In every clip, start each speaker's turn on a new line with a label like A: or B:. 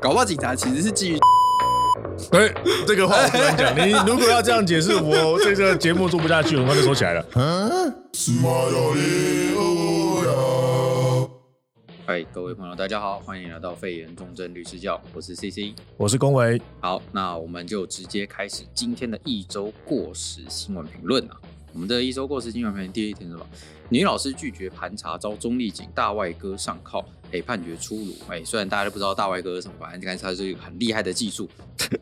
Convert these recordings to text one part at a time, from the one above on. A: 搞不好警察其实是基于
B: 哎、这个话我不能讲。你如果要这样解释，我这个节目做不下去，我很快就收起来了。
A: 嗨，哎各位朋友，大家好，欢迎来到肺炎重症律师教，我是 CC。
B: 我是龚维，
A: 好，那我们就直接开始今天的一周过时新闻评论啊。我们的一周过时新闻评论第一天是什么？女老师拒绝盘查遭中立警大外哥上铐，哎、判决出炉。哎、虽然大家都不知道大外哥是什么，反正感觉他是一个很厉害的技术。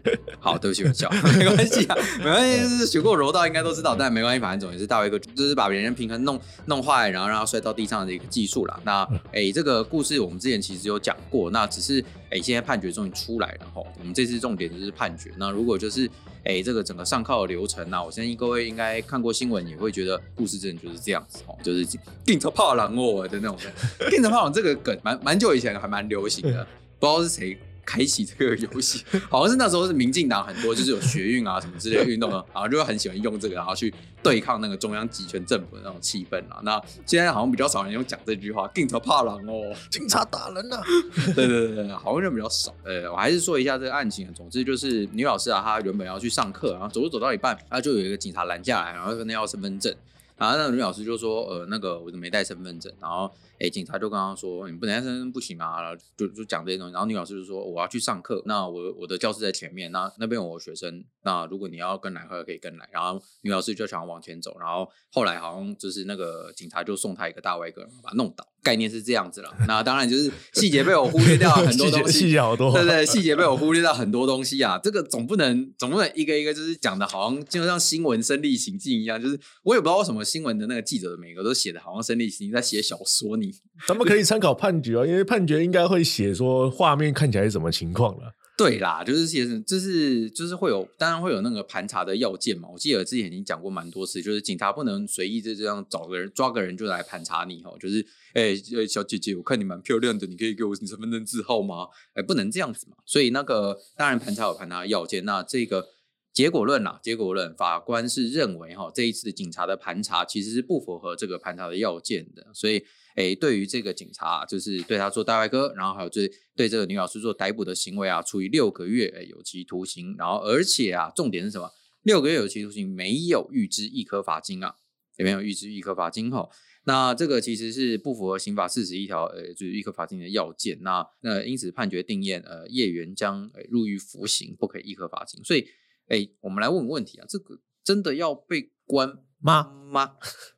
A: 好，对不起，我笑，没关系啊，没关系，就是学过柔道应该都知道，但没关系，反正总之是大外哥就是把别人平衡弄弄坏，然后让他摔到地上的一个技术啦。那哎、这个故事我们之前其实有讲过，那只是哎、现在判决终于出来了哈。我们这次重点就是判决。那如果就是哎、这个整个上铐的流程啊，我相信各位应该看过新闻，也会觉得故事真的就是这样子哦，就是警察怕狼哦的那种梗。警察怕狼这个梗蛮蛮久以前还蛮流行的，不知道是谁。开启这个游戏， 好像是那时候是民进党很多就是有学运啊什么之类的运 动啊，然后就会很喜欢用这个，然后去对抗那个中央集权政府的那种气氛啊。那现在好像比较少人用讲这句话，警察怕狼哦。
B: 警察打人啊了、
A: 对对对对，好像就比较少。呃，我还是说一下这个案情啊。总之就是女老师啊，她原本要去上课，然后走路走到一半，她就有一个警察拦下来，然后跟她要身份证。然后那个女老师就说：“呃，那个我没带身份证。”然后哎，警察就跟她说：“你不能带身份证不行啊。”然后就就讲这些东西。然后女老师就说：“我要去上课，那我我的教室在前面，那那边有我学生，那如果你要跟来的话可以跟来。”然后女老师就想往前走，然后后来好像就是那个警察就送她一个大外哥，然后把她弄倒。概念是这样子了。那当然就是细节被我忽略掉了很多
B: 细
A: 东
B: 节
A: 西，
B: 细节好多。
A: 对对，细节被我忽略到很多东西啊。这个总不能总不能一个一个就是讲的，好像就像新闻身历其境一样。就是我也不知道为什么新闻的那个记者每个都写的好像身历其境，在写小说你。
B: 咱们可以参考判决啊，因为判决应该会写说画面看起来是什么情况了。
A: 对啦，就是其实就是就是会有，当然会有那个盘查的要件嘛。我记得之前已经讲过蛮多次，就是警察不能随意就这样找个人抓个人就来盘查你哦，就是哎、哎小姐姐，我看你蛮漂亮的，你可以给我你身份证字号吗？哎、不能这样子嘛。所以那个当然盘查有盘查的要件，那这个结果论啦，结果论，法官是认为哈这一次警察的盘查其实是不符合这个盘查的要件的，所以诶，对于这个警察，就是对他做大外哥，然后还有就是对这个女老师做逮捕的行为啊，处以六个月诶有期徒刑，然后而且啊，重点是什么？六个月有期徒刑没有预支一颗罚金啊，也没有预支一颗罚金吼。那这个其实是不符合刑法四十一条，呃，就是一颗罚金的要件。那那因此判决定验，呃，叶元将呃入狱服刑，不可以一颗罚金。所以，哎，我们来问个问题啊，这个真的要被关
B: 妈，
A: 吗？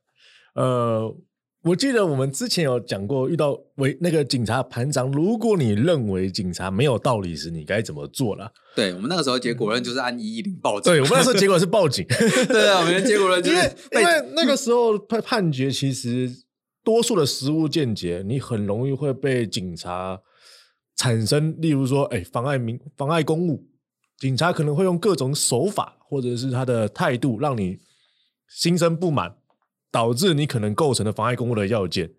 B: 呃，我记得我们之前有讲过，遇到为那个警察盘长，如果你认为警察没有道理时，你该怎么做了？
A: 对我们那个时候结果论就是按一一零报警。
B: 对我们那时候结果是报警，
A: 对啊，我们的结果论就
B: 因
A: 是
B: 为因
A: 被
B: 为那个时候判判决，其实多数的实物见解，你很容易会被警察产生，例如说，哎，妨碍民妨碍公务，警察可能会用各种手法或者是他的态度，让你心生不满，导致你可能构成了妨碍公务的要件。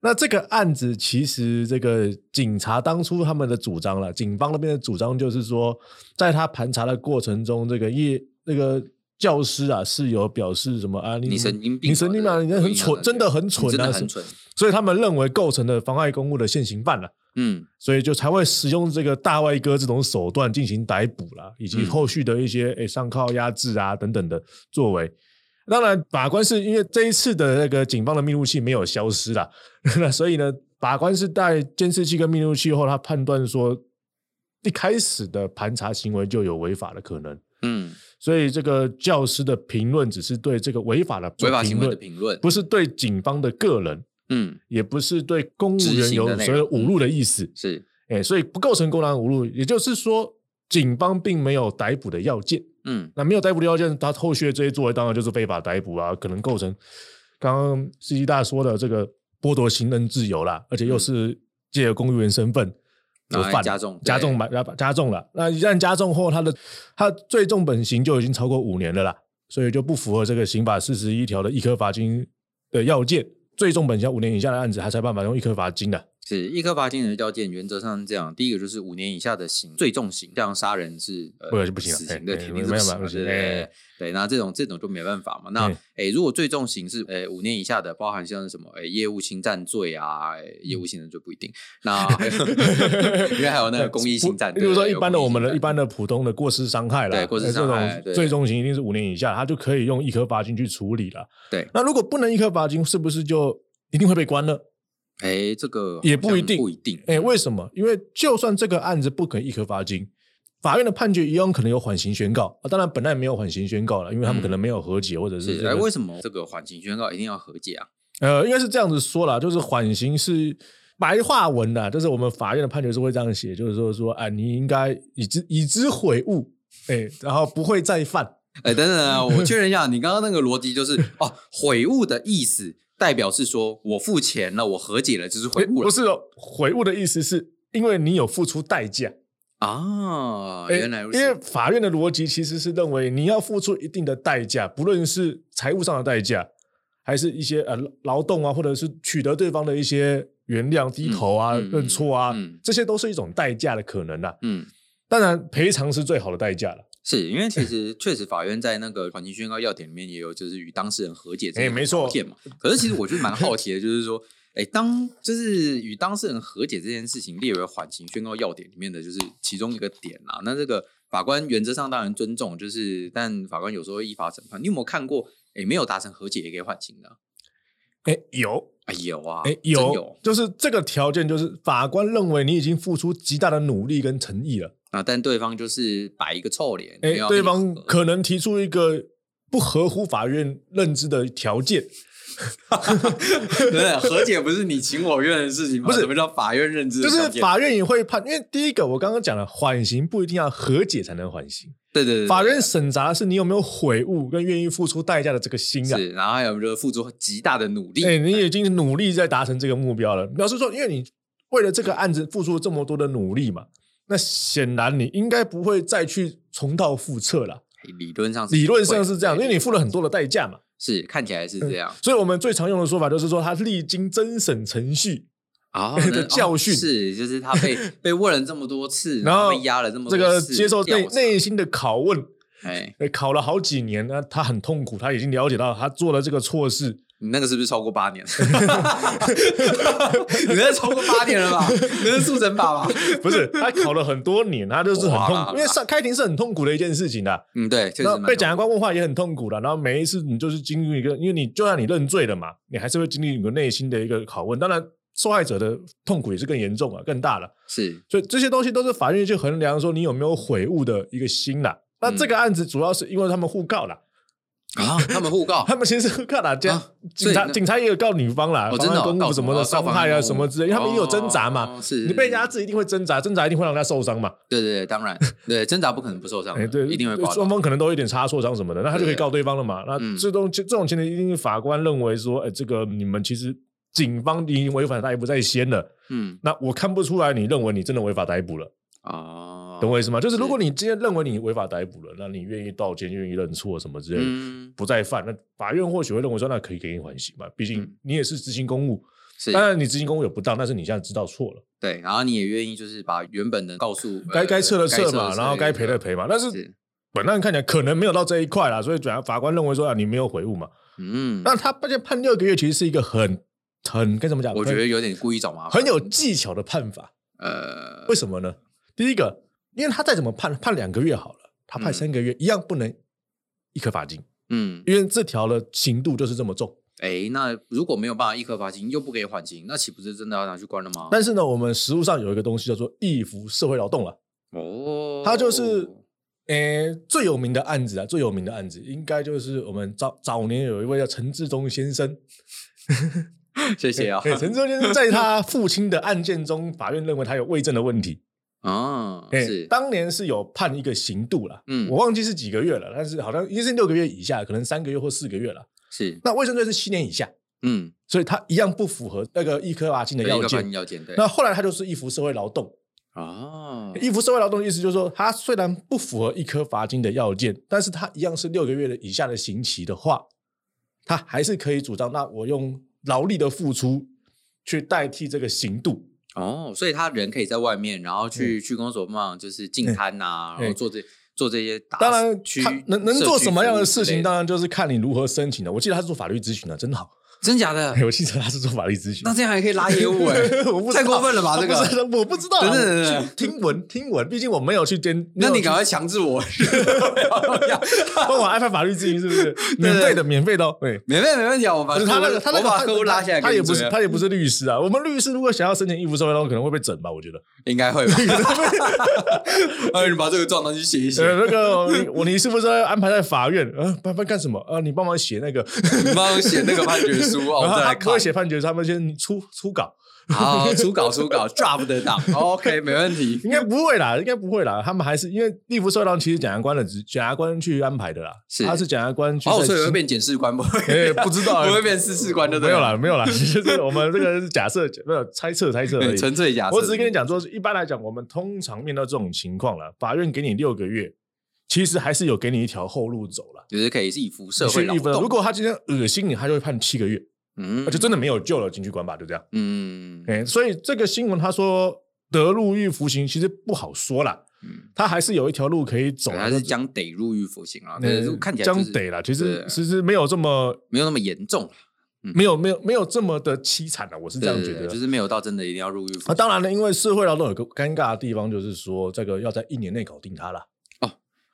B: 那这个案子其实，这个警察当初他们的主张了，警方那边的主张就是说，在他盘查的过程中，这个业那个教师啊室友表示什么啊，你
A: 你神经病啊，
B: 你神经病啊，
A: 对
B: 你很蠢，真的很
A: 你
B: 蠢
A: 真
B: 啊，
A: 的很蠢。
B: 所以他们认为构成了妨碍公务的现行犯了、
A: 嗯，
B: 所以就才会使用这个大外哥这种手段进行逮捕啦，以及
A: 嗯
B: 后续的一些诶上铐压制啊等等的作为。当然，法官是因为这一次的那个警方的密录器没有消失啦， 那所以呢，法官是在监视器跟密录器后，他判断说一开始的盘查行为就有违法的可能，
A: 嗯，
B: 所以这个教师的评论只是对这个违法的
A: 违法行为的
B: 论
A: 评论，
B: 不是对警方的个人，
A: 嗯，
B: 也不是对公务
A: 执
B: 员
A: 行
B: 有
A: 的嗯内
B: 所谓的
A: 容
B: 侮辱的意思。
A: 是，
B: 哎，所以不构成公然侮辱，也就是说，警方并没有逮捕的要件。
A: 嗯，
B: 那没有逮捕的要件，他后续的这些作为当然就是非法逮捕啊，可能构成刚刚司机大说的这个剥夺行人自由啦，而且又是借由公务员身份
A: 然
B: 就
A: 后
B: 犯
A: 嗯啊加重
B: 加重
A: 对
B: 买加重了。那一旦加重后，他的他最重本刑就已经超过五年了啦，所以就不符合这个刑法四十一条的一颗罚金的要件。最重本刑要五年以下的案子，他才办法用一颗罚金的。
A: 是一颗罚金的条件，原则上是这样：第一个就是五年以下的刑，最重刑，像杀人是呃
B: 不是不行啊
A: 死
B: 哎
A: 刑的
B: 哎
A: 肯定是
B: 没
A: 不
B: 有
A: 行
B: 办法
A: 嘛，对
B: 不行
A: 不对
B: 哎？
A: 对，那这种这种就没办法嘛。那
B: 嗯
A: 诶，如果最重刑是诶五年以下的，包含像是什么诶业务侵占罪啊，诶业务
B: 嗯
A: 侵占罪不一定。那 还有 因为还有那个公益侵占，
B: 比
A: 对
B: 如
A: 不
B: 说
A: 对
B: 一
A: 有
B: 般的
A: 公益
B: 我
A: 侵
B: 们的
A: 占
B: 一般的普通的过失伤害啦，
A: 对过失
B: 呃
A: 伤害对
B: 这种最重刑一定是五年以下，他就可以用一颗罚金去处理了。
A: 对
B: 那如果不能一颗罚金，是不是就一定会被关呢？
A: 诶哎这个
B: 也
A: 好
B: 不一
A: 像
B: 定
A: 不一定。
B: 哎，为什么？因为就算这个案子不可以一颗罚金，法院的判决一样可能有缓刑宣告。啊、当然，本案没有缓刑宣告了，因为他们可能没有和解，或者是、
A: 是
B: 这个
A: 哎，为什么这个缓刑宣告一定要和解啊？
B: 呃，应该是这样子说啦，就是缓刑是白话文啦，就是我们法院的判决是会这样写，就是说说，哎、你应该已知已知悔悟，哎、然后不会再犯。
A: 哎，等等啊，我确认一下，你刚刚那个逻辑就是哦，悔悟的意思代表是说我付钱了，我和解了，就是悔
B: 诶
A: 悟
B: 不
A: 了
B: 是哦，悔悟的意思是因为你有付出代价。
A: 啊。
B: 诶
A: 原来如
B: 因为
A: 此，
B: 法院的逻辑其实是认为你要付出一定的代价，不论是财务上的代价，还是一些呃劳劳动啊，或者是取得对方的一些原谅、低头啊、
A: 嗯嗯
B: 认错啊，
A: 嗯
B: 这些都是一种代价的可能啦、
A: 嗯，
B: 当然，赔偿是最好的代价了。
A: 是因为 其实确实法院在那个缓刑宣告要点里面也有，就是与当事人和解这
B: 哎
A: 个
B: 没错
A: 条件嘛。可是其实我就蛮好奇的，就是说，哎，当就是与当事人和解这件事情列为缓刑宣告要点里面的，就是其中一个点啊。那这个法官原则上当然尊重，就是但法官有时候会依法审判。你有没有看过？哎，没有达成和解也给缓刑的啊？
B: 哎，有，
A: 哎，有啊，
B: 哎，
A: 真有
B: 有，就是这个条件，就是法官认为你已经付出极大的努力跟诚意了，
A: 啊，但对方就是摆一个臭脸，啊没
B: 哎
A: 有，要
B: 对
A: 跟你
B: 方
A: 和
B: 可能提出一个不合乎法院认知的条件，
A: 对不对和解不是你情我愿的事情吗？
B: 不是
A: 什么叫法院认知的
B: 就
A: 条件？
B: 是法院也会判，因为第一个我刚刚讲了，缓刑不一定要和解才能缓刑，
A: 对对对，
B: 法
A: 对
B: 院审查的是你有没有悔悟跟愿意付出代价的这个心啊。
A: 是，然后还有就是付出极大的努力，
B: 哎，你已经努力在达成这个目标了，表示说，因为你为了这个案子付出了这么多的努力嘛，那显然你应该不会再去重蹈覆辙了。
A: 理论上是
B: 理论
A: 不会
B: 上是这样，因
A: 对
B: 为你付嗯了很多的代价嘛。
A: 是看起来是这 样
B: 所以我们最常用的说法就是说，他历经甄审程序，
A: 啊
B: 的
A: 那哦
B: 教训
A: 是就是他 被被问了这么多次，
B: 然后
A: 被压了这么
B: 这
A: 多
B: 个
A: 次
B: 接受内
A: 调查
B: 内心的拷问，
A: 哎，
B: 呃考了好几年，那他很痛苦，他已经了解到他做了这个错事，
A: 你那个是不是超过八年？你那超过八年了吧？你那是速成法 吧？
B: 不是他考了很多年，他就是很痛
A: 哇
B: 苦，因为上开庭是很痛苦的一件事情的。
A: 嗯，对，确实
B: 那
A: 蛮
B: 被检察官问话也很痛苦的，然后每一次你就是经历一个，因为你就算你认罪了嘛，你还是会经历一个内心的一个拷问。当然，受害者的痛苦也是更严重啊，更大了。
A: 是
B: 所以这些东西都是法院去衡量说你有没有悔悟的一个心啦。那
A: 嗯
B: 这个案子主要是因为他们互告啦，
A: 啊，他们互告
B: 他们其实是互告啦，这样、
A: 啊
B: 警
A: 所以
B: 察
A: 那
B: 警察也有告女方啦，
A: 哦，
B: 妨
A: 真
B: 碍
A: 的哦
B: 公
A: 告
B: 务什么
A: 哦
B: 的
A: 告
B: 伤
A: 妨
B: 害
A: 碍
B: 啊
A: 公
B: 什
A: 务
B: 么之类，因为他们也有挣扎嘛
A: 哦。是
B: 你被人家治一定会挣扎，挣扎一定会让人家受伤嘛。
A: 对对对，当然对挣扎不可能不受伤的，
B: 哎，对，
A: 啊一定会挂的。啊
B: 双方可能都有一点差错伤什么的，那他就可以告对方了嘛。那
A: 嗯
B: 这种这种情形，一定是法官认为说，哎，这个你们其实警方已经违反逮捕在先了，
A: 嗯
B: 那我看不出来你认为你真的违法逮捕了，
A: 哦，
B: 懂我意思吗？就是
A: 是
B: 如果你今天认为你违法逮捕了，那你愿意道歉、愿意认错什么之类的，
A: 嗯，
B: 不再犯，那法院或许会认为说，那可以给你缓刑嘛，毕
A: 嗯
B: 竟你也是执行公务，
A: 是
B: 当然你执行公务有不当，但是你现在知道错了，
A: 对，然后你也愿意就是把原本的告诉
B: 该
A: 呃
B: 该撤的撤嘛，
A: 的
B: 然后该赔的赔嘛，但是
A: 是
B: 本案看起来可能没有到这一块啦，所以转法官认为说啊，你没有悔悟嘛。
A: 嗯，
B: 那他判判六个月，其实是一个很很该怎么讲？
A: 我觉得有点故意找麻烦，
B: 很很有技巧的判法。
A: 呃
B: 为什么呢？第一个，因为他再怎么判，判两个月好了，他
A: 嗯
B: 判三个月、一样不能一颗罚金，
A: 嗯，
B: 因为这条的刑度就是这么重。
A: 哎，那如果没有办法一颗罚金又不给缓刑，那岂不是真的要拿去关了吗？
B: 但是呢，我们实务上有一个东西叫做易服社会劳动了，
A: 哦，
B: 它就是。诶，最有名的案子啊，最有名的案子应该就是我们早早年有一位叫陈志忠先生，
A: 谢谢啊
B: 对，陈志忠先生在他父亲的案件中，法院认为他有伪证的问题，
A: 啊，
B: 哎、
A: 是
B: 当年是有判一个刑度啦，
A: 嗯
B: 我忘记是几个月了，但是好像一定是六个月以下，可能三个月或四个月了。
A: 是
B: 那卫生罪是七年以下，
A: 嗯，
B: 所以他一样不符合那个一科啊罚金的
A: 对一
B: 要
A: 颗罚
B: 件
A: 金。要件对
B: 那后来他就是一服社会劳动，
A: 啊，
B: 一服社会劳动的意思就是说，他虽然不符合一科罚金的要件，但是他一样是六个月的以下的刑期的话，他还是可以主张，那我用劳力的付出去代替这个刑度
A: 哦，所以他人可以在外面，然后去去公所帮忙，就是进摊呐，然后
B: 嗯
A: 做这做这些打。
B: 当然，
A: 去
B: 看能能做什么样的事情，当
A: 然
B: 然就是看你如何申请了。我记得他是做法律咨询的，真好。
A: 真假的，
B: 我记得他是做法律咨询，
A: 那。这样还可以拉业务哎
B: 我不知道
A: 太过分了吧？
B: 啊
A: 这
B: 不是
A: 个，
B: 我不知道啊，
A: 等等等等
B: 我去听闻听闻，毕竟我没有去监。
A: 那你赶
B: 赶
A: 快强制 我，
B: 快问我爱发法律咨询是 不是免费的？免费的哦，对。
A: 没问没问题啊，我把
B: 可是他那个，他那
A: 我
B: 个
A: 把客户拉下来
B: 他
A: 给
B: 也
A: 你追啊，
B: 不是，他也不是律师啊。我们律师如果想要申请义务社会劳动，可能会被整吧，我觉得。
A: 应该 会吧？哎，你把这个状态去写一写，
B: 呃，那个我你是不是要安排在法院？呃，班班干什么？呃，你帮忙写那个，
A: 你帮我写那个判决书 哦，我们
B: 然后
A: 再
B: 嗯他
A: 来
B: 不
A: 看
B: 会。写判决，他们先出出稿，
A: 好，初稿初稿，drop 的档，OK，没问题。
B: 应该不会啦，应该不会啦。他们还是因为立福社长其实检察官的职，检察官去安排的啦，
A: 是
B: 他是检察官 去在。
A: 哦，所以会变检视官不会？
B: 哎不知道
A: 不会变四视官就
B: 没
A: 对
B: 有啦， 没有啦，就是我们这个是假设，没有猜测猜测而
A: 嗯，
B: 已。
A: 纯粹假设。
B: 我只是跟你讲说，一般来讲，我们通常面到这种情况了，法院给你六个月，其实还是有给你一条后路走了。
A: 就是可以是以服社会
B: 去
A: 劳
B: 一分，
A: 动。
B: 如果他今天恶心你，他就会判七个月，
A: 嗯
B: 那就真的没有救了，进去关吧，就这样。
A: 嗯
B: 哎、所以这个新闻他说得入狱服刑，其实不好说啦，
A: 嗯，
B: 他还是有一条路可以走
A: 对
B: 啦。
A: 还
B: 就是
A: 将得入狱服刑啊，
B: 呃
A: 但是看起来就
B: 将
A: 是
B: 得啦，其
A: 对
B: 实
A: 啊
B: 其实没有这么
A: 没有那么严重，
B: 没有没有没有这么的凄惨了，我是这样
A: 对
B: 觉
A: 对
B: 得
A: 对。就是没有到真的一定要入狱服
B: 啊，
A: 刑。
B: 当然了，因为社会劳动有个尴尬的地方，就是说这个要在一年内搞定它啦。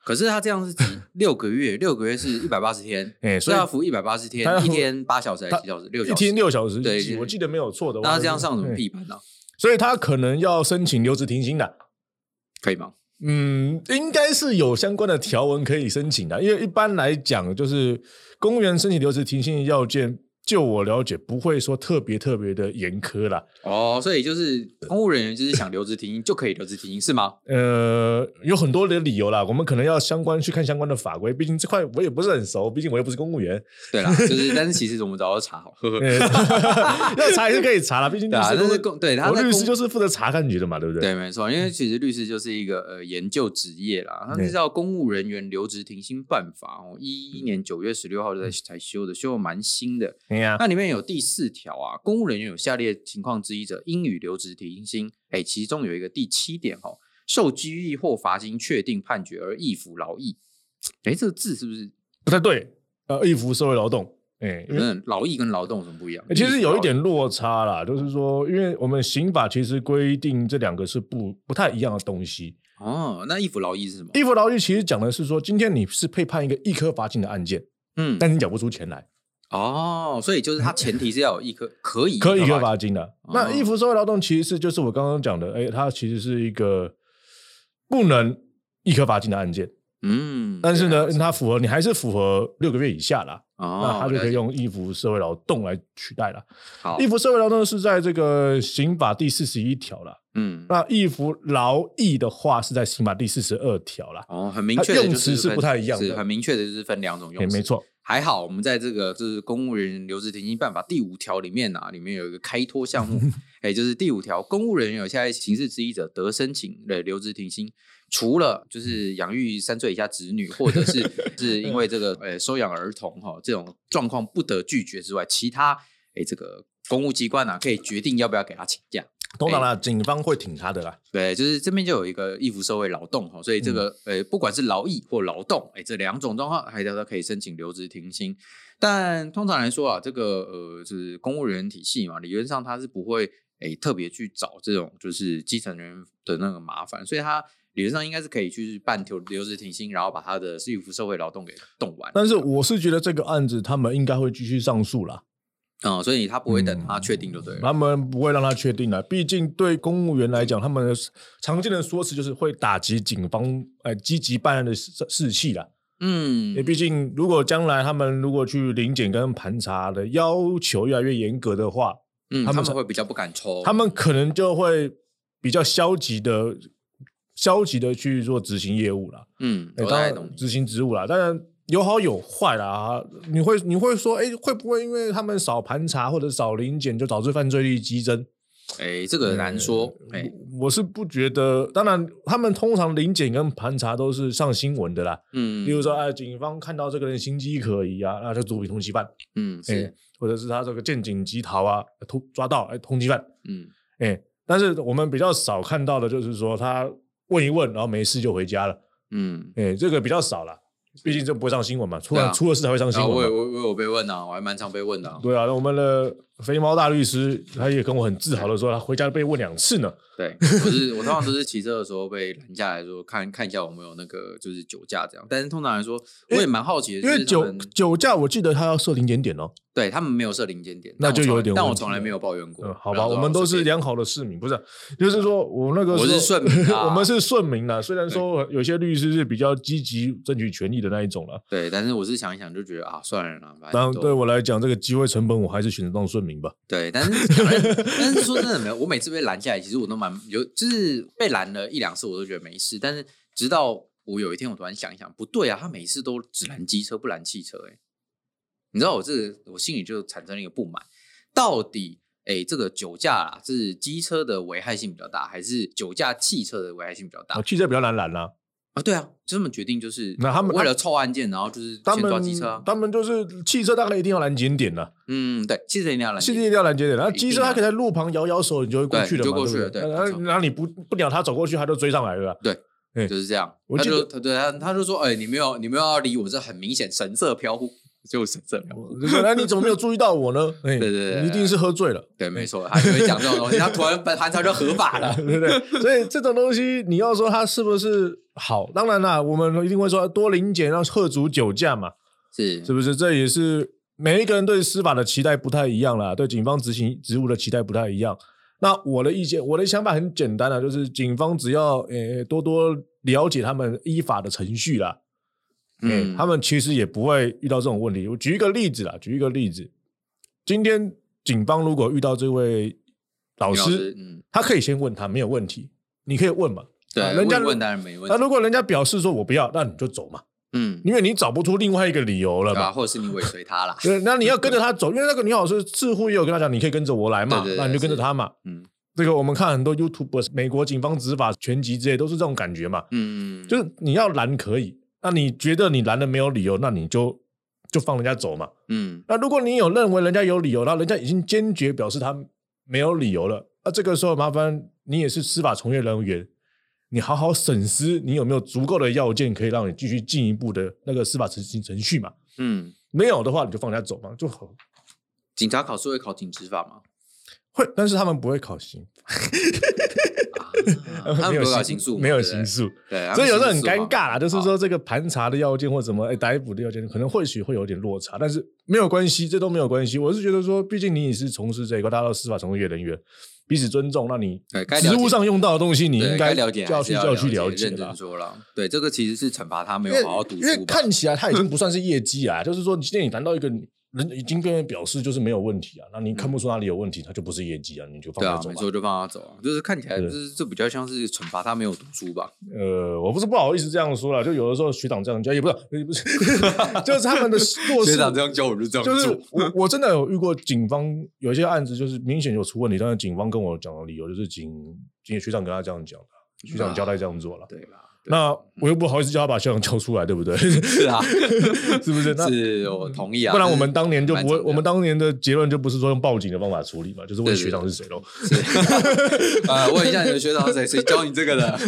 A: 可是他这样是几六个月，六个月是一百八十天，
B: 哎 所以
A: 他要服一百八十天
B: 他要，服
A: 一天八小时还是几小时？六
B: 一
A: 小时
B: 天。六小时，
A: 对
B: 记我记得没有错的话。
A: 那他这样上什么
B: 嗯？
A: 屁啊班呢？
B: 所以他可能要申请留职停薪的。
A: 可以吗？
B: 嗯，应该是有相关的条文可以申请的，因为一般来讲，就是公务员申请留职停薪的要件，就我了解，不会说特别特别的严苛啦。
A: 哦，所以就是公务人员就是想留职停薪就可以留职停薪是吗？
B: 呃，有很多的理由啦，我们可能要相关去看相关的法规，毕竟这块我也不是很熟，毕竟我又不是公务员。
A: 对 啦，就是但是其实我们早就查好，呵呵。
B: 呃 要查还是可以查啦，毕竟律
A: 对啊，
B: 师
A: 但
B: 都
A: 是
B: 是
A: 公对他
B: 我
A: 在
B: 律师
A: 公
B: 就是负责查看局的嘛，对不对？
A: 对，没错，因为其实律师就是一个呃研究职业啦，它
B: 对嗯
A: 是叫《公务人员留职停薪办法》哦，一一年九月十六号在才修的，修的蛮新的。
B: 哎呀、
A: 那里面有第四条啊，公务人员有下列情况之一者，应予留职停薪。哎，其中有一个第七点哦，受拘役或罚金确定判决而易服劳役。哎，这个字是不是？
B: 不太对。呃，易服社会劳动，哎、因为
A: 嗯，劳役跟劳动有什么不一样？
B: 其实
A: 易服
B: 有一
A: 劳役
B: 点落差啦，就是说，因为我们刑法其实规定这两个是不不太一样的东西。
A: 哦，那易服劳役是什么？
B: 易服劳役其实讲的是说，今天你是被判一个一颗罚金的案件，
A: 嗯，
B: 但你缴不出钱来，
A: 哦，所以就是它前提是要有一颗可以
B: 可以一颗
A: 个
B: 罚金的。
A: 哦
B: 那易服社会劳动其实是就是我刚刚讲的，哎、它其实是一个不能一颗罚金的案件，
A: 嗯，
B: 但是呢，
A: 对啊
B: 它符合你还是符合六个月以下啦。
A: 哦，
B: 那他就可
A: 了
B: 以
A: 解
B: 用义服社会劳动来取代了。
A: 好
B: 义，服社会劳动是在这个刑法第四十一条了，
A: 嗯，
B: 那义服劳役的话是在刑法第四十二条了。
A: 哦，很明
B: 它
A: 确的
B: 用
A: 就是
B: 词是
A: 分
B: 不太一样的
A: 是很明确的就是分两种用
B: 也
A: 词，
B: 没。错，
A: 还好我们在这个就是《公务人员留职停薪办法》第五条里面啊，里面有一个开脱项 目，哎，就是第五条，公务人员有下列形式之一者，得申请呃留职停薪。除了就是养育三岁以下子女，或者 是是因为这个呃收养儿童哈、这种状况不得拒绝之外，其他哎这个公务机关啊可以决定要不要给他请假。
B: 通常啦，警方会挺他的啦。
A: 对，就是这边就有一个义服社会劳动哈，所以
B: 嗯
A: 这个、呃，不管是劳役或劳动，哎，这两种状况，还都可以申请留职停薪。但通常来说啊，这个呃，就是公务人员体系嘛，理论上他是不会哎特别去找这种就是基层人员的那个麻烦，所以他理论上应该是可以去办留留职停薪，然后把他的义服社会劳动给动完。
B: 但是我是觉得这个案子他们应该会继续上诉啦，
A: 嗯，所以他不会等他确定就对了。
B: 他们不会让他确定的。毕竟对公务员来讲，他们的常见的说辞就是会打击警方呃积极办案的士士气啦。
A: 嗯
B: 因为，毕竟，如果将来他们如果去临检跟盘查的要求越来越严格的话，
A: 嗯，
B: 他
A: 他
B: 们
A: 们
B: 是
A: 会比较不敢抽，
B: 他们可能就会比较消极的、消极的去做执行业务啦，
A: 嗯，
B: 哎
A: 我
B: 当
A: 大概懂
B: 然
A: 你。
B: 执行职务啦。当然有好有坏啦，你会你会说，哎，会不会因为他们少盘查或者少临检，就导致犯罪率激增？
A: 哎，这个难说，
B: 呃
A: 哎，
B: 我我是不觉得。当然，他们通常临检跟盘查都是上新闻的啦。
A: 嗯，
B: 例如说，哎，警方看到这个人心机可疑啊，那就毒品通缉犯，
A: 嗯，
B: 哎、
A: 是，
B: 或者是他这个见警即逃啊，通抓到哎，通缉犯，
A: 嗯，
B: 哎、但是我们比较少看到的就是说他问一问，然后没事就回家了，
A: 嗯，
B: 哎、这个比较少了，毕竟这不会上新闻嘛，突
A: 对
B: 然
A: 啊
B: 出了事才会上新
A: 然后我
B: 闻
A: 有
B: 嘛。
A: 我有我有被问啊，我还蛮常被问的、啊。
B: 对啊，那我们的肥猫大律师他也跟我很自豪的说，他回家被问两次呢。
A: 对，我是我通常都是骑车的时候被拦下来说看看一下有没有那个就是酒驾这样，但是通常来说我也蛮好奇的，
B: 因
A: 就
B: 为
A: 是他
B: 酒
A: 们
B: 酒驾，我记得他要设零检点哦。
A: 对他们没有设零检点，
B: 那
A: 但我
B: 就
A: 从
B: 有
A: 来
B: 点
A: 但
B: 问
A: 我
B: 题
A: 从来
B: 了
A: 没有抱怨过。
B: 嗯，好
A: 然
B: 吧，
A: 后
B: 我
A: 都
B: 们都是
A: 两，
B: 良好的市民，不是啊？就是说我那个
A: 我
B: 时候
A: 是顺民啊
B: 我们是顺民啦。虽然说有些律师是比较积极争取权益的那一种啦，
A: 对，但是我是想一想就觉得啊，算了啦，反
B: 当
A: 正
B: 然
A: 都
B: 对我来讲，这个机会成本我还是选择当顺民吧。
A: 对，但是但是说真的没有，我每次被拦下来，其实我都蛮有，就是被拦了一两次，我都觉得没事。但是直到我有一天，我突然想一想，不对啊，他每一次都只拦机车不拦汽车、欸，你知道我这个我心里就产生了一个不满，到底哎、欸这个酒驾啦是机车的危害性比较大，还是酒驾汽车的危害性比较大
B: 啊，？汽车比较难拦啦，
A: 啊，对啊，这么决定就是
B: 那他们
A: 为了凑案件，然后就是
B: 他
A: 先抓
B: 们
A: 机车、啊，
B: 他们就是汽车当然一定要拦检点啦，
A: 嗯，对，汽车一定要拦截，
B: 汽车一定要拦检点，然后
A: 一定
B: 机
A: 啊
B: 车他可以在路旁摇摇手，你就会过
A: 对
B: 去了
A: 你就
B: 嘛，
A: 过去
B: 对
A: 了
B: 不对？
A: 对
B: 然
A: 没
B: 后
A: 错
B: 然后你不不鸟他走过去，他就追上来了啊。
A: 就是这样。
B: 我
A: 他
B: 记
A: 就
B: 得
A: 他对他他就说，哎、你没有你没有要理我，这很明显神色飘忽，就是神色飘忽。
B: 我就 说，那你怎么没有注意到我呢？ 对
A: 对对对
B: 一定是喝醉了。
A: 对，没错，他就会讲这种东西，他突然本韩潮就合法 了。
B: 对不 对？所以这种东西，你要说它是不是好？当然啦，我们一定会说多零检，让喝足酒驾嘛，
A: 是
B: 是不是？这也是每一个人对司法的期待不太一样啦，对警方执行职务的期待不太一样。那我的意见，我的想法很简单啦，啊就是警方只要呃多多了解他们依法的程序啦，嗯，他们其实也不会遇到这种问题。我举一个例子啦，举一个例子，今天警方如果遇到这位老
A: 女
B: 师，
A: 嗯，
B: 他可以先问他，没有问题，你可以问嘛。
A: 对，
B: 啊人家
A: 问问当然没问题。
B: 那如果人家表示说我不要，那你就走嘛，
A: 嗯，
B: 因为你找不出另外一个理由了
A: 对啊，
B: 嘛。
A: 或者是你尾随他啦。
B: 对，那你要跟着他走，因为那个女老师似乎也有跟他讲，你可以跟着我来嘛，
A: 对对对
B: 那你就跟着他嘛。
A: 嗯
B: 这个我们看很多 YouTube，美国警方执法全集之类都是这种感觉嘛，
A: 嗯，
B: 就是你要拦可以，那你觉得你拦的没有理由，那你就就放人家走嘛。
A: 嗯，
B: 那如果你有认为人家有理由，那人家已经坚决表示他没有理由了，那这个时候麻烦你也是司法从业人员，你好好审视你有没有足够的要件可以让你继续进一步的那个司法执行程序嘛。
A: 嗯，
B: 没有的话，你就放人家走嘛，就好。
A: 警察考试会考警执法吗？
B: 会，但是他们不会考刑，
A: 啊他 们
B: 没有
A: 不会考
B: 刑
A: 刑诉嘛，
B: 没有
A: 对不对
B: 刑，诉，
A: 对，他
B: 所
A: 们
B: 以有时候很
A: 刑诉
B: 尴
A: 嘛
B: 尬啦。就是说，这个盘查的要件或什么，哎，逮捕的要件，可能或许会有点落差，但是没有关系，这都没有关系。我是觉得说，毕竟你也是从事这一块，大家都是司法从业人员，彼此尊重，那你
A: 对该了解
B: 职务上用到的东西，你
A: 对
B: 应
A: 该了
B: 了
A: 解
B: 解，
A: 还
B: 就要
A: 是
B: 去就要去
A: 了
B: 解
A: 认
B: 啦
A: 真。说了。对，这个其实是惩罚他没
B: 因
A: 有
B: 为
A: 好好读
B: 因为
A: 书吧。
B: 看起来 他已经不算是业绩啊，就是说，你今天你谈到一个人已经被人表示就是没有问题啊，那你看不出哪里有问题，他就不是业绩啊，你就放
A: 嗯对
B: 他
A: 啊，
B: 走
A: 没
B: 吧。
A: 错，就放他走啊。就是看起来，
B: 对
A: 就是这比较像是惩罚他没有读书吧。
B: 呃，我不是不好意思这样说了，就有的时候学长这样教，也不是也不是， 就是他 们的做事
A: 学长这样教我就这样做，
B: 就是我我真的有遇过警方有一些案子，就是明显有出问题，但是警方跟我讲的理由就是警警学长跟他这样讲的，学长交代这样做了。
A: 对啦。对
B: 那我又不好意思叫他把学长叫出来，对不 对？
A: 是啊，
B: 是不 是？那
A: 是我同意啊。
B: 不然我
A: 就是
B: 们当年就不
A: 蛮
B: 会，
A: 常
B: 我们当年的结论就不是说用报警的方法处理嘛，就是问学长是谁喽。
A: 是呃问一下你的学长是谁，谁教你这个 的？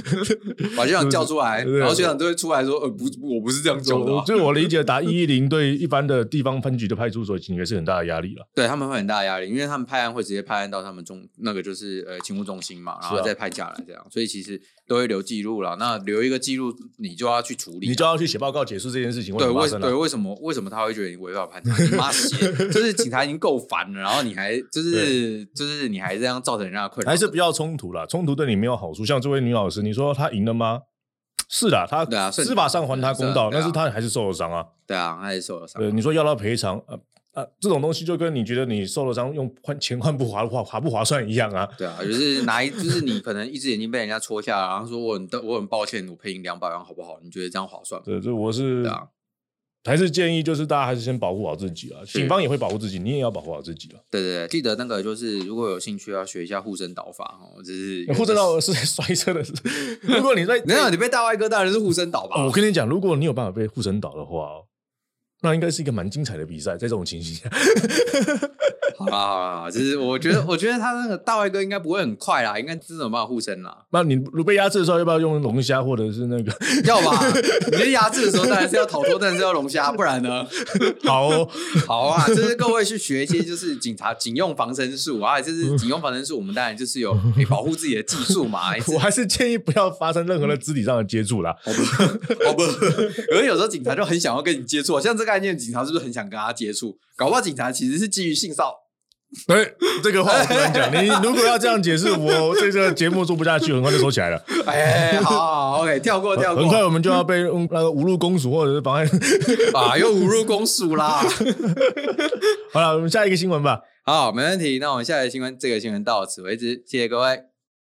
A: 把学长叫出来，
B: 对对
A: 然后学长就会出来说：“呃，不，我不是这样教的啊。
B: 就是我理解，打一一零对一般的地方分局的派出所警员是很大的压力了。
A: 对他们会很大的压力，因为他们派案会直接派案到他们中那个就是呃勤务中心嘛，然后
B: 是啊
A: 再派下来这样，所以其实都会留记录啦。那留一个记录，你就要去处理啊、
B: 你就要去写报告解释这件事情为
A: 对
B: 什么发
A: 为
B: 生
A: 对
B: 了。
A: 为什么为什么他会觉得你违法判决？你 妈写，就是警察已经够烦了，然后你还就是就是你还这样造成人家的困扰，
B: 还是不要冲突啦，冲突对你没有好处。像这位女老师，你说她赢了吗？是啦，她
A: 对啊是
B: 司法上还她公道，
A: 是啊对
B: 但
A: 啊
B: 是她还是受了伤啊。
A: 对啊，那也受了伤
B: 对，。你说要到赔偿，呃呃，这种东西就跟你觉得你受了伤用换钱换不划划划不划算一样啊。
A: 对啊，就是拿一，就是你可能一只眼睛被人家戳下，然后说我很我很抱歉，我赔你两百万好不好？你觉得这样划算吗？
B: 对，这我是、
A: 对啊
B: 还是建议就是大家还是先保护好自己啊。
A: 是
B: 警方也会保护自己，你也要保护好自己啊。
A: 对对对，记得那个就是如果有兴趣要学一下护身导法哦，就是
B: 护证道是 摔 车的事，如果你在
A: 没有你被大外哥当然是护身导吧？
B: 哦， 我跟你讲，如果你有办法被护城岛的话、哦，那应该是一个蛮精彩的比赛。在这种情形下，
A: 好啦好啦好啦，就是我觉得，我觉得他那个大外哥应该不会很快啦，应该真的有办法护身啦。
B: 那你如被压制的时候，要不要用龙虾或者是 那个？
A: 要吧？你是压制的时候，当然是要逃脱，当然是要龙虾，不然呢？
B: 好哦，
A: 好啊，就是各位去学一些就是警察警用防身术啊，就是警用防身术，我们当然就是 有、诶保护自己的技术嘛。诶
B: 我还是建议不要发生任何的肢体上的接触啦。
A: 哦不，而有时候警察就很想要跟你接触，啊像这个案件，警察是不是很想跟他接触？搞不好警察其实是基于性骚哎
B: 对， 这个话我不能讲。你如果要这样解释，我这个节目做不下去，很快就收起来 了。
A: 扰。哎，好好好，OK，跳过跳
B: 很快
A: 过
B: 我们就要被用那个侮辱公主或者是妨碍。
A: 啊，又侮辱公署啦。
B: 好了，我们下一个新闻吧。
A: 好，没问题。那我们下一个新闻，这个新闻到此为止，谢谢各位。